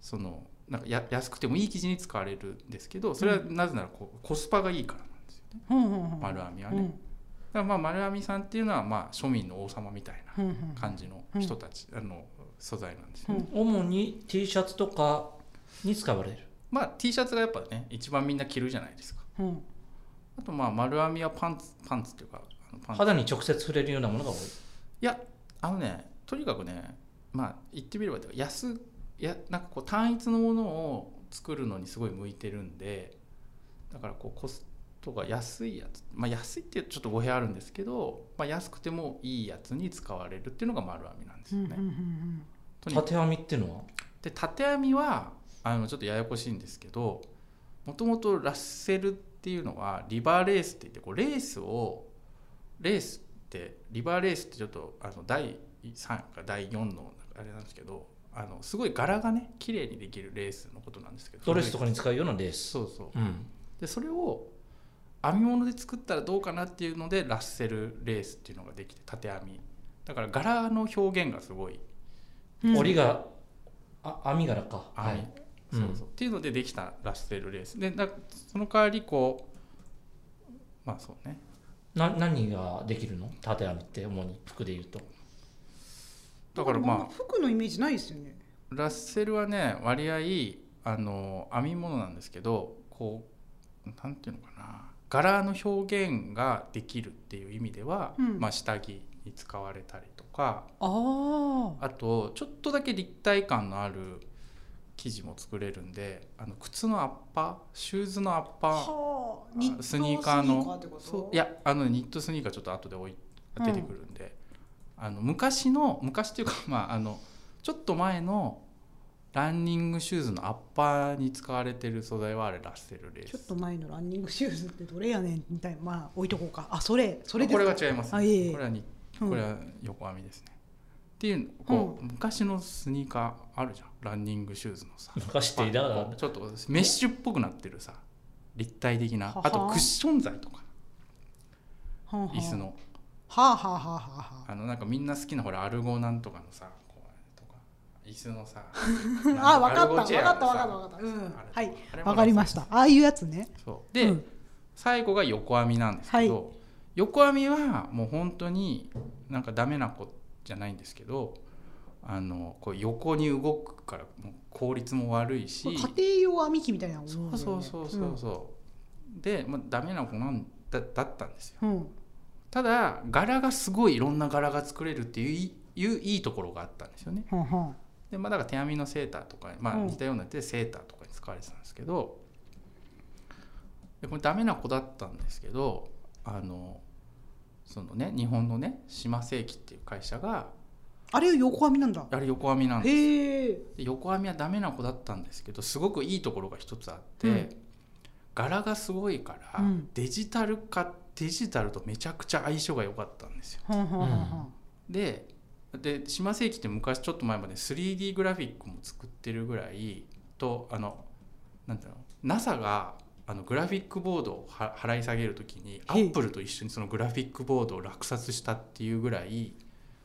[SPEAKER 1] そのなんかや安くてもいい生地に使われるんですけどそれはなぜならこうコスパがいいからなんですよね、
[SPEAKER 3] うんうんうん。
[SPEAKER 1] 丸編みはね。
[SPEAKER 3] う
[SPEAKER 1] だから
[SPEAKER 3] ん
[SPEAKER 1] まあ丸編みさんっていうのはまあ庶民の王様みたい
[SPEAKER 3] うん
[SPEAKER 1] な感じの人たち、あの素材なんですよね。
[SPEAKER 2] 主に T シャツとかに使われる
[SPEAKER 1] まあ T シャツがやっぱね一番みんな着るじゃないですか。
[SPEAKER 3] うんうん。
[SPEAKER 1] あとまあ丸編みはパンツパンツっていうかあのパンツ
[SPEAKER 2] 肌に直接触れるようなものが多い
[SPEAKER 1] いやあのねとにかくねまあ言ってみればというか安いやなんかこう単一のものを作るのにすごい向いてるんでだからこうコストが安いやつまあ安いってちょっと語弊あるんですけど、まあ、安くてもいいやつに使われるっていうのが丸編みなんです
[SPEAKER 3] うん
[SPEAKER 1] よ
[SPEAKER 3] う
[SPEAKER 1] ね。
[SPEAKER 3] んうんうん。
[SPEAKER 1] とにかく
[SPEAKER 2] 縦編みっていうのは
[SPEAKER 1] で縦編みはあのちょっとややこしいんですけどもともとラッセルっていうのはリバーレースって言ってこうレースをレースってリバーレースってちょっとあの第3か第4のあれなんですけどあのすごい柄がね綺麗にできるレースのことなんですけど
[SPEAKER 2] ドレスとかに使うようなレース、
[SPEAKER 1] そうそう
[SPEAKER 2] うん、
[SPEAKER 1] でそれを編み物で作ったらどうかなっていうのでラッセルレースっていうのができて縦編みだから柄の表現がすごい
[SPEAKER 3] うん
[SPEAKER 2] 折りがあ編み柄か、は
[SPEAKER 1] はいい、、
[SPEAKER 2] うん
[SPEAKER 1] そうそうっていうのでできたラッセルレースでだその代わりこうまあそうね
[SPEAKER 2] な何ができるの縦編みって主に服でいうと
[SPEAKER 1] だからまあ
[SPEAKER 3] なん服のイメージないですよね。
[SPEAKER 1] ラッセルはね割合あの編み物なんですけどこうなんていうのかな柄の表現ができるっていう意味では、
[SPEAKER 3] うん
[SPEAKER 1] まあ、下着に使われたりとか
[SPEAKER 3] ああ。
[SPEAKER 1] あとちょっとだけ立体感のある生地も作れるんであの靴のアッパーシューズのアッパー
[SPEAKER 3] はあ。
[SPEAKER 1] あ
[SPEAKER 3] ニット
[SPEAKER 1] スニーカーの
[SPEAKER 3] スニってこと
[SPEAKER 1] そうい。やあのニットスニーカーちょっと後でおい出てくるんで、あの昔の昔っていうか <laughs> まああのちょっと前のランニングシューズのアッパーに使われてる素材はあれラッセルレー
[SPEAKER 3] ちょっ
[SPEAKER 1] ス
[SPEAKER 3] と前のランニングシューズってどれやねんみたいな、まあ、置いとこうか。あ、それ、それです
[SPEAKER 1] こ
[SPEAKER 3] か
[SPEAKER 1] れは違います、
[SPEAKER 3] あいえいえ
[SPEAKER 1] これはに
[SPEAKER 3] うん
[SPEAKER 1] これは横編みですね、っていうこう、昔のスニーカーあるじゃんランニングシューズのさ
[SPEAKER 2] 昔って言いながら
[SPEAKER 1] こうちょっとメッシュっぽくなってるさ立体的な
[SPEAKER 3] はは
[SPEAKER 1] あとクッション材とか
[SPEAKER 3] はあはあ
[SPEAKER 1] 椅子。の
[SPEAKER 3] はあはあはあはあは
[SPEAKER 1] あのなんかみんな好きなほらアルゴなんとかのさこうとか椅子の
[SPEAKER 3] <laughs>
[SPEAKER 1] さ
[SPEAKER 3] あ。あ、わ
[SPEAKER 1] 分
[SPEAKER 3] かった、わかった、わかった、わかった。うん。はい。
[SPEAKER 1] い
[SPEAKER 3] わかりました。ああいうやつね。
[SPEAKER 1] そうで、
[SPEAKER 3] うん
[SPEAKER 1] 最後が横編みなんですけど、横編みはもう本当になんかダメな子じゃないんですけどあのこう横に動くからもう効率も悪いし
[SPEAKER 3] これ家庭用編み機みたいなの思
[SPEAKER 1] そうそうそうそうそう、で、まあ、ダメな子なんだだったんですよ
[SPEAKER 3] うん。うん。
[SPEAKER 1] ただ柄がすごいいろんな柄が作れるっていういいういいところがあったんですよね
[SPEAKER 3] はんはん
[SPEAKER 1] でまあだから手編みのセーターとか、まあ、
[SPEAKER 3] うん
[SPEAKER 1] 似たようなやつでセーターとかに使われてたんですけど、でこれダメな子だったんですけどあのそのね日本のね島世紀っていう会社が
[SPEAKER 3] あれ横編みなんだ。
[SPEAKER 1] あれ横編みなんです
[SPEAKER 3] へえ。
[SPEAKER 1] で横編みはダメな子だったんですけどすごくいいところが一つあって、
[SPEAKER 3] うん
[SPEAKER 1] 柄がすごいから、
[SPEAKER 3] うん
[SPEAKER 1] デジタル化デジタルとめちゃくちゃ相性が良かったんですよ。
[SPEAKER 3] はんはんはんはん。
[SPEAKER 1] でで島世紀って昔ちょっと前まで 3D グラフィックも作ってるぐらいとあのなんだろうの NASA があのグラフィックボードをは払い下げるときにアップルと一緒にそのグラフィックボードを落札したっていうぐらい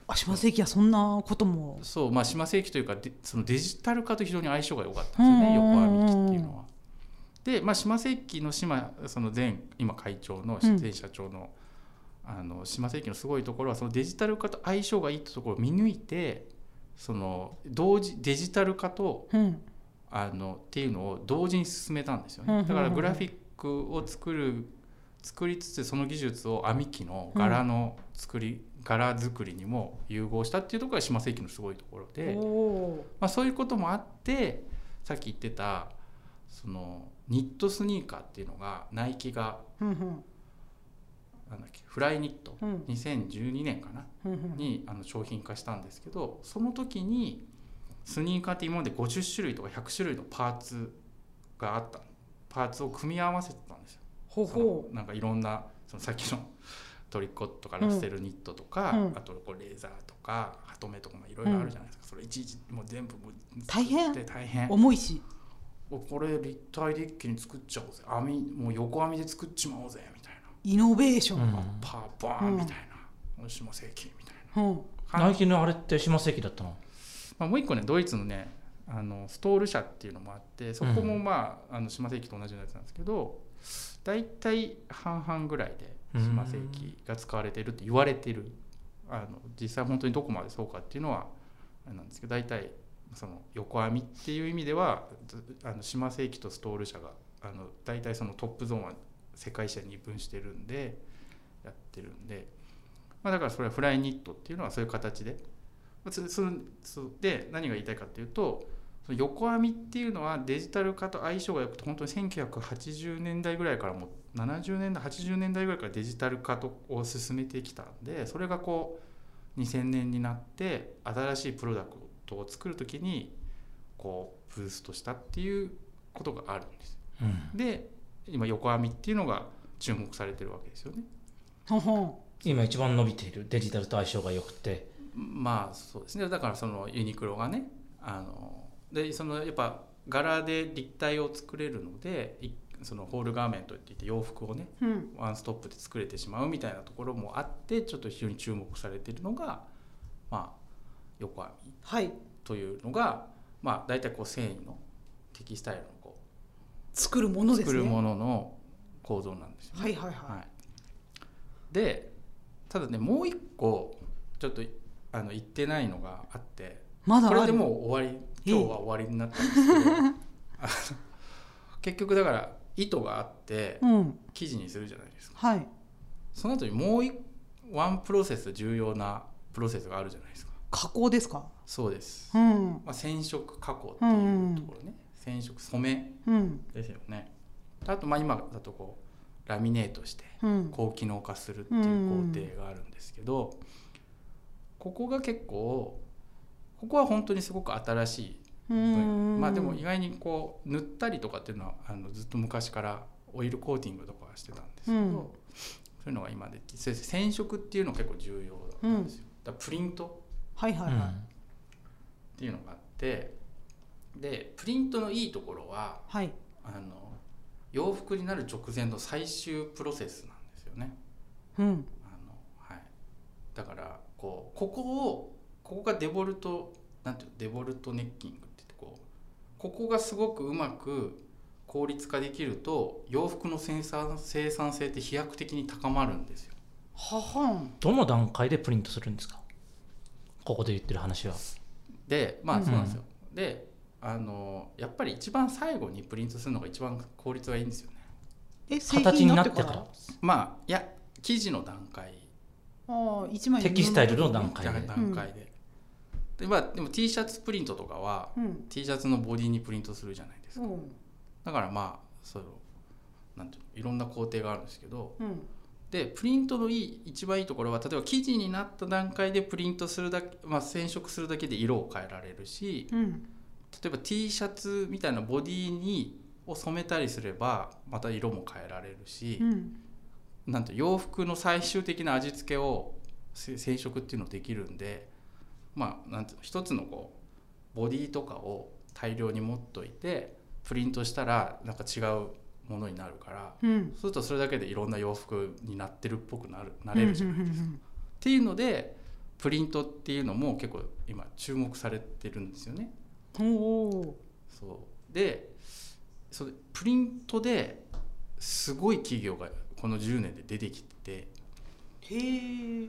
[SPEAKER 3] あ、島世紀はそんなことも。
[SPEAKER 1] そう、まあ、島世紀というかでそのデジタル化と非常に相性が良かったんですよね
[SPEAKER 3] うんうんうん
[SPEAKER 1] 横編み機っていうのは。で、まあ、島世紀の島その前今会長の
[SPEAKER 3] うん
[SPEAKER 1] 前社長の,、あの島世紀のすごいところはそのデジタル化と相性がいいってところを見抜いてその同時デジタル化と
[SPEAKER 3] うん。
[SPEAKER 1] あのっていうのを同時に進めたんですよ
[SPEAKER 3] うんうん
[SPEAKER 1] ね。
[SPEAKER 3] うん
[SPEAKER 1] だからグラフィックを作る作りつつその技術を編み機の柄の作り、柄作りにも融合したっていうところが島世紀のすごいところで。
[SPEAKER 3] おお
[SPEAKER 1] まあ、そういうこともあってさっき言ってたそのニットスニーカーっていうのがナイキが
[SPEAKER 3] ー。うんうん。
[SPEAKER 1] なんだっけフライニット
[SPEAKER 3] うん
[SPEAKER 1] 2012年かな
[SPEAKER 3] うんうん。
[SPEAKER 1] にあの商品化したんですけどその時にスニーカーって今まで50種類とか100種類のパーツがあったパーツを組み合わせてたんですよ。
[SPEAKER 3] ほうほ
[SPEAKER 1] そのなんかいろんなそのさっきのトリコットとかラッセルニットとか、
[SPEAKER 3] うん
[SPEAKER 1] あとこうレーザーとかハトメとかいろいろあるじゃないですか、それいちいちもう全部もう
[SPEAKER 3] 大変
[SPEAKER 1] 作って大変
[SPEAKER 3] 重いし
[SPEAKER 1] おこれ立体で一気に作っちゃおうぜ網もう横網で作っちまおうぜみたいな
[SPEAKER 3] イノベーション、
[SPEAKER 1] パーバーン
[SPEAKER 3] うん
[SPEAKER 1] みたいな、もしも正規みたいな
[SPEAKER 3] うん
[SPEAKER 2] ナイキのあれって島関だったの
[SPEAKER 1] まあ、もう一個ねドイツのねあのストール社っていうのもあってそこもまあ,、あの島世紀と同じようなやつなんですけど大体半々ぐらいで島世紀が使われてるって言われてるあの実際本当にどこまでそうかっていうのはあれなんですけど大体その横網っていう意味ではずあの島世紀とストール社があの大体そのトップゾーンは世界社に分してるんでやってるんで、まあ、だからそれはフライニットっていうのはそういう形でそそそで何が言いたいかっていうとその横網っていうのはデジタル化と相性がよくて本当に1980年代ぐらいからもう70年代80年代ぐらいからデジタル化とを進めてきたんでそれがこう2000年になって新しいプロダクトを作る時にこうブーストしたっていうことがあるんです。で今横網っていうのが注目されてるわけですよね。
[SPEAKER 3] ほんほん
[SPEAKER 2] 今一番伸びているデジタルと相性が良くて
[SPEAKER 1] まあそうですねだからそのユニクロがねあのでそのやっぱ柄で立体を作れるのでいそのホールガーメントっていって洋服をね
[SPEAKER 3] うん
[SPEAKER 1] ワンストップで作れてしまうみたいなところもあってちょっと非常に注目されているのがまあ横網
[SPEAKER 3] はい
[SPEAKER 1] というのがまあ大体こう繊維のテキスタイルのこ
[SPEAKER 3] 作るもの
[SPEAKER 1] う
[SPEAKER 3] です
[SPEAKER 1] 作
[SPEAKER 3] ね
[SPEAKER 1] るものの構造なんですよね。
[SPEAKER 3] はいはいはい、
[SPEAKER 1] はい、でただねもう一個ちょっとあの言ってないのがあって
[SPEAKER 3] まだあ
[SPEAKER 1] こ
[SPEAKER 3] る
[SPEAKER 1] れでもう終わり今日は終わりになったんですけどあの結局だから糸があって
[SPEAKER 3] うん
[SPEAKER 1] 生地にするじゃないですか
[SPEAKER 3] はい
[SPEAKER 1] その後にもう一ワンプロセス重要なプロセスがあるじゃないですか
[SPEAKER 3] 加工ですか
[SPEAKER 1] そうです、
[SPEAKER 3] うん
[SPEAKER 1] まあ、染色加工っていうところね、染色染め
[SPEAKER 3] うん
[SPEAKER 1] ですよねあとまあ今だとこうラミネートして
[SPEAKER 3] うん
[SPEAKER 1] 高機能化するっていう工程があるんですけど、ここが結構ここは本当にすごく新しい分野
[SPEAKER 3] うん
[SPEAKER 1] まあでも意外にこう塗ったりとかっていうのはあのずっと昔からオイルコーティングとかはしてたんですけど、
[SPEAKER 3] うん
[SPEAKER 1] そういうのが今でき先生染色っていうのが結構重要なんですよ。だからプリント
[SPEAKER 3] はいはいはい、
[SPEAKER 1] っていうのがあってでプリントのいいところは
[SPEAKER 3] はい
[SPEAKER 1] あの洋服になる直前の最終プロセスなんですよね。
[SPEAKER 3] うん
[SPEAKER 1] あのはい、だからこうここをここがデボルトなんていうのデボルトネッキングって言ってこうここがすごくうまく効率化できると洋服の生産生産性って飛躍的に高まるんですよ。
[SPEAKER 3] ははん
[SPEAKER 2] どの段階でプリントするんですかここで言ってる話は
[SPEAKER 1] でま
[SPEAKER 2] う
[SPEAKER 1] あ
[SPEAKER 2] ん
[SPEAKER 1] そうなんですよ。であのやっぱり一番最後にプリントするのが一番効率がいいんですよね。
[SPEAKER 3] え製品
[SPEAKER 2] 形になってから
[SPEAKER 1] まあいや生地の段階
[SPEAKER 3] ああ一枚
[SPEAKER 2] テキスタイルの段階で
[SPEAKER 1] 段階で。でまあでも T シャツプリントとかは
[SPEAKER 3] うん
[SPEAKER 1] T シャツのボディにプリントするじゃないですか。
[SPEAKER 3] うん
[SPEAKER 1] だからまあそうなんていうのいろんな工程があるんですけど
[SPEAKER 3] うん
[SPEAKER 1] でプリントのいい一番いいところは例えば生地になった段階でプリントするだけ、まあ、染色するだけで色を変えられるし
[SPEAKER 3] うん
[SPEAKER 1] 例えば T シャツみたいなボディにを染めたりすればまた色も変えられるし、
[SPEAKER 3] うん
[SPEAKER 1] なんと洋服の最終的な味付けをせ染色っていうのできるんでまあなんていうの一つのこうボディとかを大量に持っといてプリントしたらなんか違うものになるから
[SPEAKER 3] う
[SPEAKER 1] そ
[SPEAKER 3] ん
[SPEAKER 1] うするとそれだけでいろんな洋服になってるっぽくなるな
[SPEAKER 3] あ
[SPEAKER 1] れるじゃん、っ
[SPEAKER 3] ん
[SPEAKER 1] ていうのでプリントっていうのも結構今注目されてるんですよね。
[SPEAKER 3] おお
[SPEAKER 1] そうでそれプリントですごい企業がこの10年で出てきてて。
[SPEAKER 3] へえ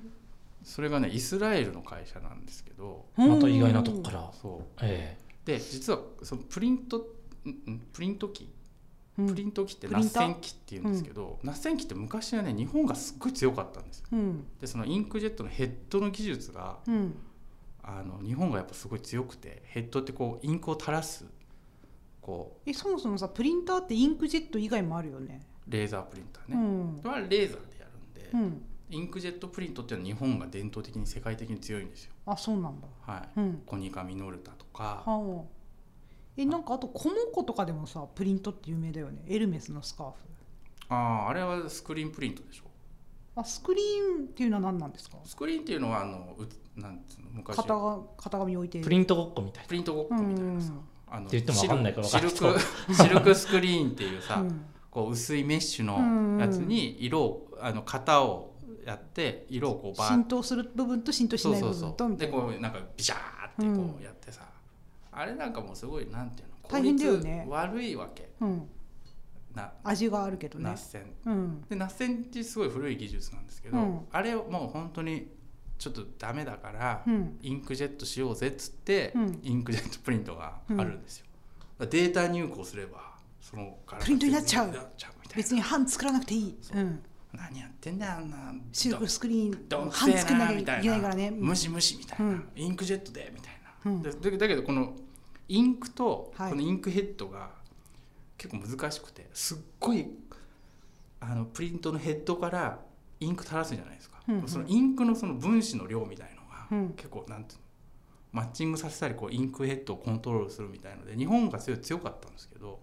[SPEAKER 1] それがねイスラエルの会社なんですけど
[SPEAKER 2] また意外なとこから
[SPEAKER 1] そう
[SPEAKER 2] え
[SPEAKER 1] で実はそのプリントんんプリント機
[SPEAKER 3] うん
[SPEAKER 1] プリント機って
[SPEAKER 3] プ
[SPEAKER 1] ナ
[SPEAKER 3] リ
[SPEAKER 1] ッ
[SPEAKER 3] ンター
[SPEAKER 1] セン機っていうんですけど、ナッセン機って昔はね日本がすっごい強かったんですよ
[SPEAKER 3] うん
[SPEAKER 1] でそのインクジェットのヘッドの技術が
[SPEAKER 3] うん
[SPEAKER 1] あの日本がやっぱすごい強くてヘッドってこうインクを垂らすこ
[SPEAKER 3] えそもそもさプリンターってインクジェット以外もあるよね
[SPEAKER 1] うレーザープリンター
[SPEAKER 3] う
[SPEAKER 1] ね、
[SPEAKER 3] ん
[SPEAKER 1] これはレーザーでやるんで、
[SPEAKER 3] うん
[SPEAKER 1] インクジェットプリントっていうのは日本が伝統的に世界的に強いんですよ
[SPEAKER 3] あそうなんだ
[SPEAKER 1] はい
[SPEAKER 3] うん
[SPEAKER 1] コニカミノルタとか
[SPEAKER 3] はあえなんかあとコモコとかでもさプリントって有名だよねエルメスのスカーフ
[SPEAKER 1] あああれはスクリーンプリントでしょ
[SPEAKER 3] あスクリーンっていうのは何なんですか
[SPEAKER 1] スクリーンっていうのはあのうつなんつうの昔
[SPEAKER 3] 型が型紙置いて
[SPEAKER 2] プリントごっこみたい
[SPEAKER 1] プリントごっこみたいなさ、
[SPEAKER 3] うん
[SPEAKER 1] あの
[SPEAKER 2] って言ってもわかんないから
[SPEAKER 1] シル
[SPEAKER 2] わかん
[SPEAKER 1] ク
[SPEAKER 2] ない
[SPEAKER 1] <laughs> シルクスクリーンっていうさ、
[SPEAKER 3] うん
[SPEAKER 1] こう薄いメッシュのやつに色をあの型をやって色をこうバー
[SPEAKER 3] 浸
[SPEAKER 1] ッ
[SPEAKER 3] 透する部分と浸透し
[SPEAKER 1] そう
[SPEAKER 3] ない
[SPEAKER 1] そ
[SPEAKER 3] 部
[SPEAKER 1] う
[SPEAKER 3] 分
[SPEAKER 1] そ
[SPEAKER 3] と
[SPEAKER 1] う
[SPEAKER 3] みた
[SPEAKER 1] で
[SPEAKER 3] いな
[SPEAKER 1] こうなんかビシャーってこうやってさ、あれなんかもうすごいなんていうの
[SPEAKER 3] 大変だよね
[SPEAKER 1] 効率悪いわけ
[SPEAKER 3] うん、
[SPEAKER 1] な
[SPEAKER 3] 味があるけどね
[SPEAKER 1] ナッ、セン
[SPEAKER 3] うん、
[SPEAKER 1] でナッセンってすごい古い技術なんですけど、
[SPEAKER 3] うん
[SPEAKER 1] あれをもう本当にちょっとダメだから、
[SPEAKER 3] うん
[SPEAKER 1] インクジェットしようぜっつって、
[SPEAKER 3] うん
[SPEAKER 1] インクジェットプリントがあるんですよ、だからデータ入稿すればその柄が
[SPEAKER 3] プリントになっちゃう
[SPEAKER 1] プリントになっちゃうみたい
[SPEAKER 3] 別に版作らなくていい、うん、
[SPEAKER 1] な何やってんだよあんな
[SPEAKER 3] シルクスクリーン
[SPEAKER 1] ど
[SPEAKER 3] 版
[SPEAKER 1] んせ
[SPEAKER 3] 作ん
[SPEAKER 1] え
[SPEAKER 3] な
[SPEAKER 1] な
[SPEAKER 3] きゃ
[SPEAKER 1] みた
[SPEAKER 3] い
[SPEAKER 1] い
[SPEAKER 3] けな
[SPEAKER 1] ない
[SPEAKER 3] からね
[SPEAKER 1] 無視無視みたいな、
[SPEAKER 3] うん
[SPEAKER 1] インクジェットでみたいな、
[SPEAKER 3] うん
[SPEAKER 1] だだだけどこのインクと
[SPEAKER 3] はい
[SPEAKER 1] このインクヘッドが結構難しくてすっごいあのプリントのヘッドからインク垂らすじゃないですか、
[SPEAKER 3] うんうん
[SPEAKER 1] そのインクのその分子の量みたいの
[SPEAKER 3] うん
[SPEAKER 1] が結構なんていうのマッチングさせたりこうインクヘッドをコントロールするみたいので日本が強い強かったんですけど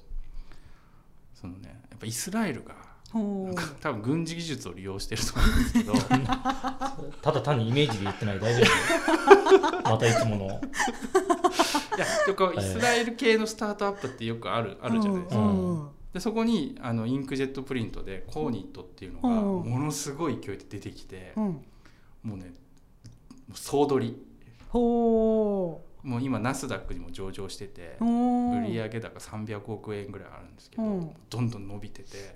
[SPEAKER 1] そのねやっぱイスラエルが
[SPEAKER 3] ほ
[SPEAKER 1] なん
[SPEAKER 3] う
[SPEAKER 1] か多分軍事技術を利用してると思うんですけど。
[SPEAKER 2] なただ単にイメージで言ってない大丈夫またいつもの
[SPEAKER 1] いやとか
[SPEAKER 2] い
[SPEAKER 1] イスラエル系のスタートアップってよくあるあるじゃないですか、
[SPEAKER 3] うんうん
[SPEAKER 1] でそこにあのインクジェットプリントでコーニットっていうのが
[SPEAKER 3] うん
[SPEAKER 1] ものすごい勢いで出てきて、
[SPEAKER 3] うん、
[SPEAKER 1] もうねもう総取り
[SPEAKER 3] ほ
[SPEAKER 1] もう今ナスダックにも上場してて
[SPEAKER 3] うほう
[SPEAKER 1] 売上高300億円ぐらいあるんですけど、
[SPEAKER 3] うん
[SPEAKER 1] どんどん伸びてて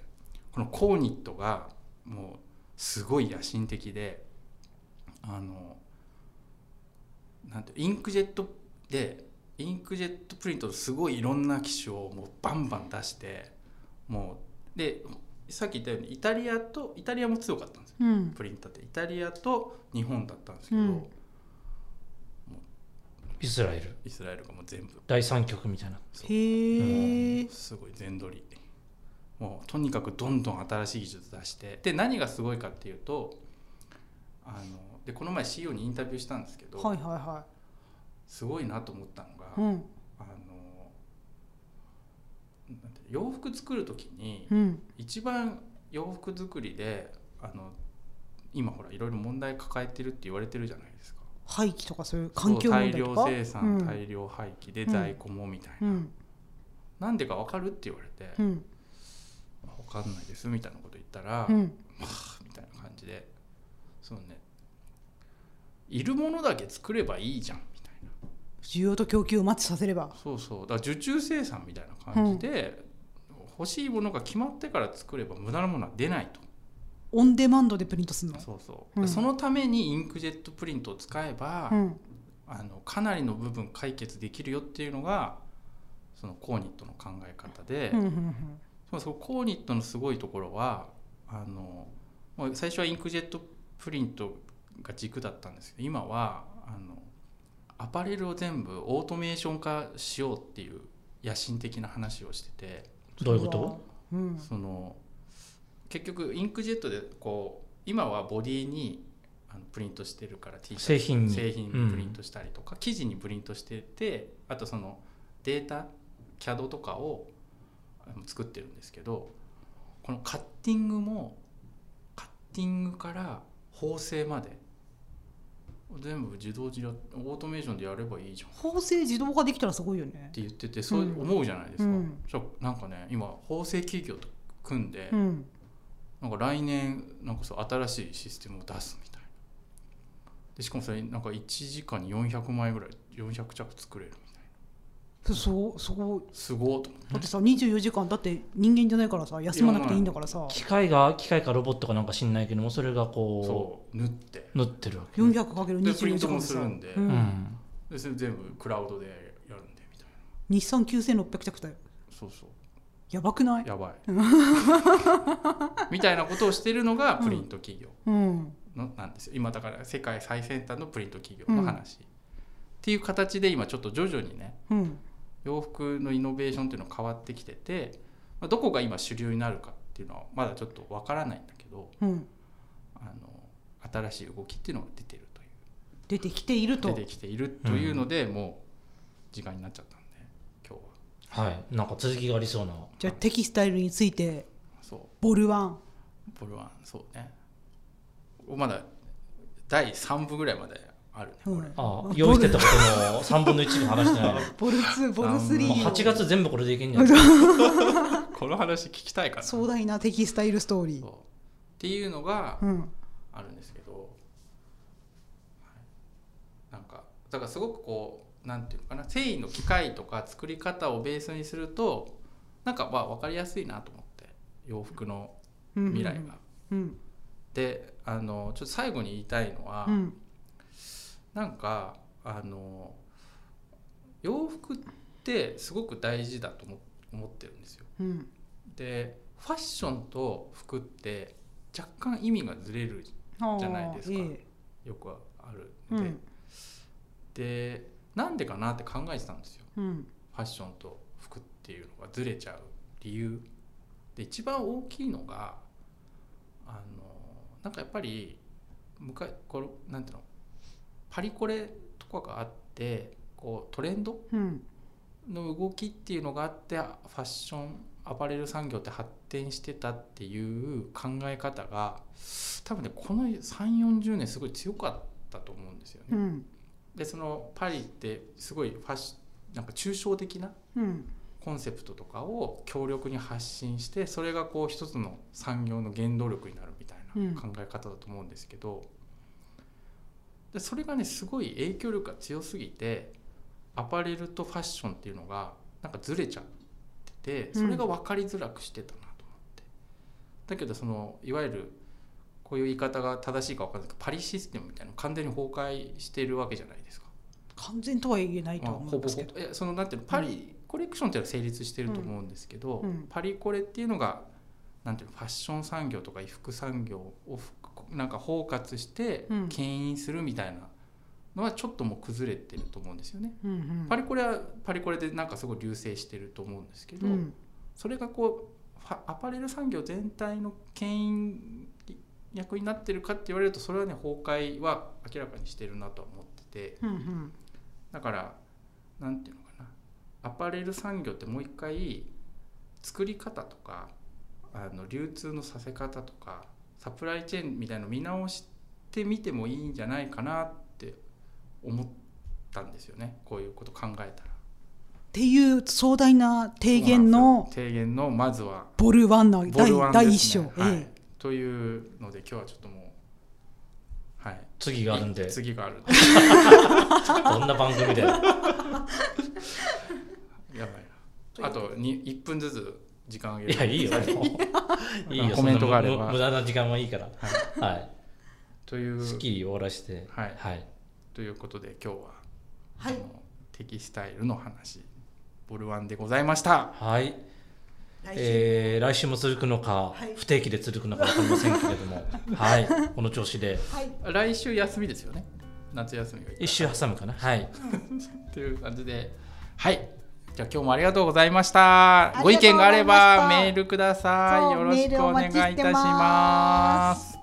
[SPEAKER 1] このコーニットがもうすごい野心的であのなんてインクジェットでインクジェットプリントのすごいいろんな機種をもうバンバン出してもうでさっき言ったようにイタリアとイタリアも強かったんですよ
[SPEAKER 3] うん
[SPEAKER 1] プリンターってイタリアと日本だったんですけ
[SPEAKER 3] う
[SPEAKER 1] ど、
[SPEAKER 3] ん
[SPEAKER 2] イスラエル
[SPEAKER 1] イスラエルがもう全部
[SPEAKER 2] 第三極みたいな
[SPEAKER 3] へえ
[SPEAKER 1] すごい全取りもうとにかくどんどん新しい技術出してで何がすごいかっていうとあのでこの前 CEO にインタビューしたんですけど、
[SPEAKER 3] はいはいは
[SPEAKER 1] すごいなと思ったのが、
[SPEAKER 3] いうん
[SPEAKER 1] あのなんて洋服作る時に
[SPEAKER 3] うん
[SPEAKER 1] 一番洋服作りであの今ほらいろいろ問題抱えてるって言われてるじゃないですか
[SPEAKER 3] 廃棄とかそういう環境問題と
[SPEAKER 1] そ
[SPEAKER 3] か
[SPEAKER 1] う大量生産、
[SPEAKER 3] うん、
[SPEAKER 1] 大量廃棄で
[SPEAKER 3] うん
[SPEAKER 1] 在庫もみたいな、
[SPEAKER 3] うん
[SPEAKER 1] なんでか分かるって言われて、
[SPEAKER 3] うん
[SPEAKER 1] 分かんないですみたいなこと言ったら、
[SPEAKER 3] うん
[SPEAKER 1] みたいな感じでそのねいるものだけ作ればいいじゃんみたいな
[SPEAKER 3] 需要と供給をマッチさせれば
[SPEAKER 1] そうそうだから受注生産みたいな感じで、欲しいものが決まってから作れば無駄なものは出ないと、
[SPEAKER 3] オンデマンドでプリントするの
[SPEAKER 1] そうそう、
[SPEAKER 3] うん
[SPEAKER 1] そのためにインクジェットプリントを使えば、
[SPEAKER 3] うん
[SPEAKER 1] あのかなりの部分解決できるよっていうのがそのコーニットの考え方で、
[SPEAKER 3] うんうんうん
[SPEAKER 1] そうそうコーニットのすごいところはあのまあ最初はインクジェットプリントが軸だったんですけど今はあのアパレルを全部オートメーション化しようっていう野心的な話をしてて、
[SPEAKER 2] どういうこと
[SPEAKER 3] うん
[SPEAKER 1] その結局インクジェットでこう今はボディにあのプリントしてるから T シャツ
[SPEAKER 2] 製品に
[SPEAKER 1] 製品にプリン
[SPEAKER 2] う
[SPEAKER 1] トしたりとか、記事にプリントしててあとそのデータ CAD とかをあの作ってるんですけどこのカッティングもカッティングから縫製まで全部自動自動オートメーションでやればいいじゃんっ
[SPEAKER 3] 縫製自動化できたらすごいよね
[SPEAKER 1] て言っててそう思うじゃないですか。
[SPEAKER 3] うん
[SPEAKER 1] そしたらなんかね今縫製企業と組んで、
[SPEAKER 3] うん
[SPEAKER 1] なんか来年なんかそう新しいシステムを出すみたいなでしかもそれなんか1時間に400枚ぐらい400着作れるみたい
[SPEAKER 3] そそうそこ
[SPEAKER 1] なすごいと思って
[SPEAKER 3] だってさ24時間だって人間じゃないからさ休まなくていいんだからさ
[SPEAKER 2] 機械が機械かロボットかなんか知んないけどもそれがこ
[SPEAKER 1] そう縫って
[SPEAKER 2] う塗ってるわ
[SPEAKER 1] で
[SPEAKER 2] け、
[SPEAKER 1] プリ
[SPEAKER 3] 400×24
[SPEAKER 1] ン
[SPEAKER 3] 時
[SPEAKER 1] ト
[SPEAKER 3] 間
[SPEAKER 1] も
[SPEAKER 3] ですさ
[SPEAKER 1] るんで,、
[SPEAKER 3] うん
[SPEAKER 2] うん
[SPEAKER 1] でそれ全部クラウドでやるんでみたいな
[SPEAKER 3] 日産9600着だよ
[SPEAKER 1] そうそう
[SPEAKER 3] やばくない
[SPEAKER 1] や
[SPEAKER 3] <laughs>
[SPEAKER 1] ばいみたいなことをしてるのがプリント企業
[SPEAKER 3] うん
[SPEAKER 1] のなんですよ今だから世界最先端のプリント企業の話、っていう形で今ちょっと徐々にね
[SPEAKER 3] うん
[SPEAKER 1] 洋服のイノベーションっていうのは変わってきてて、まあ、どこが今主流になるかっていうのはまだちょっとわからないんだけど
[SPEAKER 3] うん
[SPEAKER 1] あの新しい動きっていうのが出てるという
[SPEAKER 3] 出てきていると
[SPEAKER 1] 出てきているというので、もう時間になっちゃったんで今日は
[SPEAKER 2] はいなんか続きがありそうな
[SPEAKER 3] じゃあテキスタイルについて
[SPEAKER 1] そ
[SPEAKER 3] ボルワン
[SPEAKER 1] うボルワンそうねまだ第3部ぐらいまであるねこれ、
[SPEAKER 3] うん
[SPEAKER 2] ああ用意してたことの3分の1も話してないの
[SPEAKER 3] ボルツボルスリ
[SPEAKER 2] もう
[SPEAKER 3] ー
[SPEAKER 2] 8
[SPEAKER 3] の
[SPEAKER 2] 月全部これでいけんじゃない
[SPEAKER 1] この話聞きたいから
[SPEAKER 3] 壮大なテキスタイルストーリー。
[SPEAKER 1] っていうのが
[SPEAKER 3] うん、
[SPEAKER 1] あるんですけど、はいなんかだからすごくこうなんていうのかな繊維の機械とか作り方をベースにするとなんかまあ分かりやすいなと思って洋服の
[SPEAKER 3] うん
[SPEAKER 1] 未来が。。
[SPEAKER 3] うん、
[SPEAKER 1] であのちょっと最後に言いたいのは、
[SPEAKER 3] うん、
[SPEAKER 1] なんかあの洋服ってすごく大事だと思思ってるんですよ。
[SPEAKER 3] うん、
[SPEAKER 1] でファッションと服って若干意味がずれる
[SPEAKER 3] あー
[SPEAKER 1] じゃないですか
[SPEAKER 3] え
[SPEAKER 1] よくある
[SPEAKER 3] え
[SPEAKER 1] ん
[SPEAKER 3] う
[SPEAKER 1] で、
[SPEAKER 3] ん、
[SPEAKER 1] でなんでかなって考えてたんですよ
[SPEAKER 3] うん、
[SPEAKER 1] ファッションと服っていうのがずれちゃう理由で一番大きいのがあのなんかやっぱり昔このなんていうのパリコレとかがあってこうトレンド
[SPEAKER 3] うん、
[SPEAKER 1] の動きっていうのがあってファッションアパレル産業って発展してたっていう考え方が多分ねこの3 4 0年すごい強かったと思うんですよね。
[SPEAKER 3] うん、
[SPEAKER 1] でそのパリってすごいファッシなんか抽象的な
[SPEAKER 3] うん、
[SPEAKER 1] コンセプトとかを強力に発信してそれがこう一つの産業の原動力になるみたい
[SPEAKER 3] うん
[SPEAKER 1] な考え方だと思うんですけど、でそれがねすごい影響力が強すぎてアパレルとファッションっていうのがなんかずれちゃっててそれが分かりづらくしてたなと思って、だけどそのいわゆるこういう言い方が正しいか分かんないけどパリシステムみたいなの完全に崩壊してるわけじゃないですか。
[SPEAKER 3] 完全とは言えないと
[SPEAKER 1] まあ
[SPEAKER 3] は思
[SPEAKER 1] ほ
[SPEAKER 3] うん
[SPEAKER 1] ぼ
[SPEAKER 3] です
[SPEAKER 1] ほ
[SPEAKER 3] けど。
[SPEAKER 1] ぼいやそのなんていうのパリコレクションっていうのは成立してると思うんですけど、
[SPEAKER 3] うんうん
[SPEAKER 1] パリコレっていうのがなんていうのファッション産業とか衣服産業をふなんか包括して
[SPEAKER 3] うん
[SPEAKER 1] 牽引するみたいなのはちょっともう崩れてると思うんですよね。
[SPEAKER 3] うん、うん、
[SPEAKER 1] パリコレはパリコレでなんかすごい流星してると思うんですけど、
[SPEAKER 3] うん、
[SPEAKER 1] それがこうファアパレル産業全体の牽引役になってるかって言われるとそれはね崩壊は明らかにしてるなとは思ってて。
[SPEAKER 3] うん、うん、
[SPEAKER 1] だからなんていうのかなアパレル産業ってもう一回作り方とかあの流通のさせ方とかサプライチェーンみたいなの見直してみてもいいんじゃないかなって思ったんですよねこういうこと考えたら。
[SPEAKER 3] っていう壮大な提言の
[SPEAKER 1] 提言のまずは
[SPEAKER 3] ボルワンナ
[SPEAKER 1] ボ
[SPEAKER 3] 第,、
[SPEAKER 1] ルワン
[SPEAKER 3] 第
[SPEAKER 1] で
[SPEAKER 3] 一
[SPEAKER 1] す
[SPEAKER 3] 章
[SPEAKER 1] ね、。はい
[SPEAKER 3] ええ
[SPEAKER 1] というので今日はちょっともうはい
[SPEAKER 2] 次があるんで
[SPEAKER 1] 次があるんで
[SPEAKER 2] どんな番組で
[SPEAKER 1] やばいなあとに1分ずつ時間あげる
[SPEAKER 2] いやいいよもういいよ
[SPEAKER 1] コメントがあれば
[SPEAKER 2] そんな無無駄な時間はいいからはい
[SPEAKER 1] という
[SPEAKER 2] スッキリ終わらして
[SPEAKER 1] はい
[SPEAKER 2] はい
[SPEAKER 1] ということで今日は
[SPEAKER 3] はい
[SPEAKER 1] あのテキスタイルの話ボルワンでございました
[SPEAKER 2] はい
[SPEAKER 3] 来週
[SPEAKER 2] えー来週も続くのか
[SPEAKER 3] はい
[SPEAKER 2] 不定期で続くのか分かりませんけれどもはいこの調子で
[SPEAKER 3] はい
[SPEAKER 1] 来週休みですよね夏休みが
[SPEAKER 2] 一周挟むかなはい
[SPEAKER 1] という感じではいじゃあ今日もありがとうございました
[SPEAKER 3] りがと
[SPEAKER 1] ご
[SPEAKER 3] うご
[SPEAKER 1] 意
[SPEAKER 3] ざいました
[SPEAKER 1] 見があればメールください
[SPEAKER 3] そう
[SPEAKER 1] よろしくお願いいたし
[SPEAKER 3] メールお待ちして
[SPEAKER 1] ま
[SPEAKER 3] ます